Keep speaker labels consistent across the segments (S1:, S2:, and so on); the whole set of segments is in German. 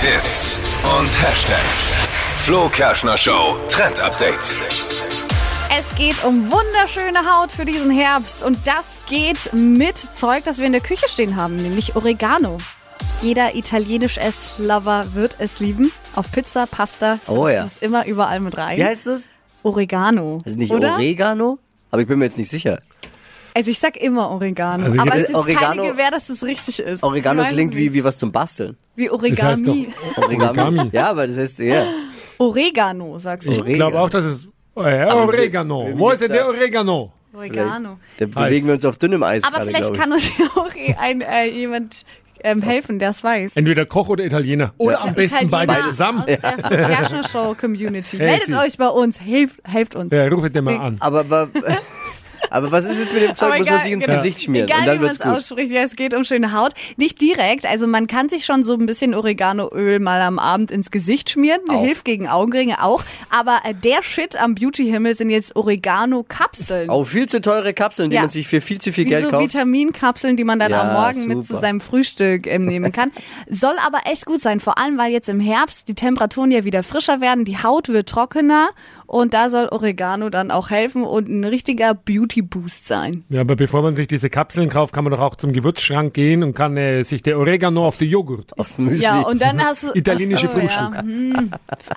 S1: Hits und Hashtags. Flo Kerschner Show Trend Update.
S2: Es geht um wunderschöne Haut für diesen Herbst und das geht mit Zeug, das wir in der Küche stehen haben, nämlich Oregano. Jeder italienisch Esslover wird es lieben. Auf Pizza, Pasta,
S3: Oh
S2: das
S3: ja.
S2: muss immer überall mit rein.
S3: Wie heißt es?
S2: Oregano.
S3: Also nicht
S2: oder?
S3: Oregano? Aber ich bin mir jetzt nicht sicher.
S2: Also ich sag immer Oregano,
S4: Also ich-
S2: aber es ist
S3: Oregano-
S2: keine Gewähr, dass es richtig ist.
S3: Oregano
S2: Ich weiß
S3: klingt
S2: es
S3: wie,
S2: nicht.
S3: wie was zum Basteln.
S2: wie
S4: Das heißt doch
S2: Origami.
S4: Origami.
S3: Ja, aber das heißt, ja.
S2: Oregano, sagst du.
S4: Ich
S3: Oregano.
S4: glaube auch, dass es äh,
S3: Aber wir-
S4: Oregano.
S3: wir-
S4: Wo ist denn
S3: wir-
S4: der Oregano?
S2: Oregano.
S3: Da bewegen wir uns auf dünnem Eis
S2: Aber
S3: gerade,
S2: vielleicht
S3: glaub
S2: kann uns ja auch ein, äh, jemand ähm, helfen, der es weiß.
S4: Entweder Koch oder Italiener. Oder am besten
S2: Italiener
S4: beide zusammen.
S2: Aus der Kerschner Show Community.
S4: Hey,
S2: Meldet
S4: sie.
S2: euch bei uns, helft, helft uns.
S4: Ja, rufet den mal an.
S3: ich. Aber, wa- aber was ist jetzt mit dem Zeug?
S2: Aber
S3: Muss man
S2: egal,
S3: sich ins
S2: genau.
S3: Gesicht schmieren
S2: Egal,
S3: und dann
S2: wie man
S3: wird's
S2: es
S3: gut.
S2: ausspricht, ja, es geht um schöne Haut. Nicht direkt, also man kann sich schon so ein bisschen Oreganoöl mal am Abend ins Gesicht schmieren.
S3: Auch.
S2: Hilft gegen Augenringe auch. Aber äh, der Shit am Beauty-Himmel sind jetzt Oregano-Kapseln.
S3: Auch viel zu teure Kapseln, die
S2: Ja.
S3: man sich für viel zu viel
S2: Wie
S3: Geld
S2: so
S3: kauft.
S2: Vitaminkapseln, die man dann
S3: Ja,
S2: am Morgen mit
S3: super.
S2: zu seinem Frühstück ähm, nehmen kann. Soll aber echt gut sein, vor allem weil jetzt im Herbst die Temperaturen ja wieder frischer werden, die Haut wird trockener und da soll Oregano dann auch helfen und ein richtiger Beauty Boost sein.
S4: Ja, aber bevor man sich diese Kapseln kauft, kann man doch auch zum Gewürzschrank gehen und kann äh, sich der Oregano auf die Joghurt.
S3: Auf Müsli.
S2: Ja, und dann hast du
S4: Italienische
S2: Ach so, Ja,
S4: Frühstück.
S2: hm.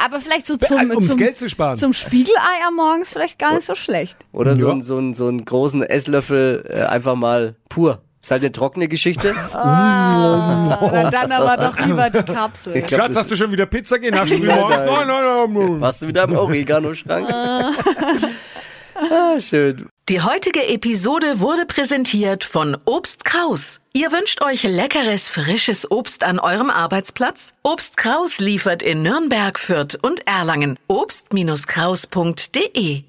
S2: Aber vielleicht so zum,
S4: Um's
S2: zum,
S4: Geld zu sparen.
S2: zum Spiegelei am Morgens vielleicht gar nicht so schlecht.
S3: Oder so,
S4: Ja.
S3: einen- so, einen- so einen großen Esslöffel äh, einfach mal pur. Ist halt eine trockene Geschichte.
S2: Ah. Oder dann aber doch lieber die Kapsel.
S3: Ich glaub,
S4: Schatz,
S3: das-
S4: hast du schon wieder Pizza genascht? Früh morgens? nein, nein, nein. nein.
S3: Warst du wieder im Oregano-Schrank? ah, schön.
S5: Die heutige Episode wurde präsentiert von Obst Kraus. Ihr wünscht euch leckeres, frisches Obst an eurem Arbeitsplatz? Obst Kraus liefert in Nürnberg, Fürth und Erlangen. Obst-Kraus.de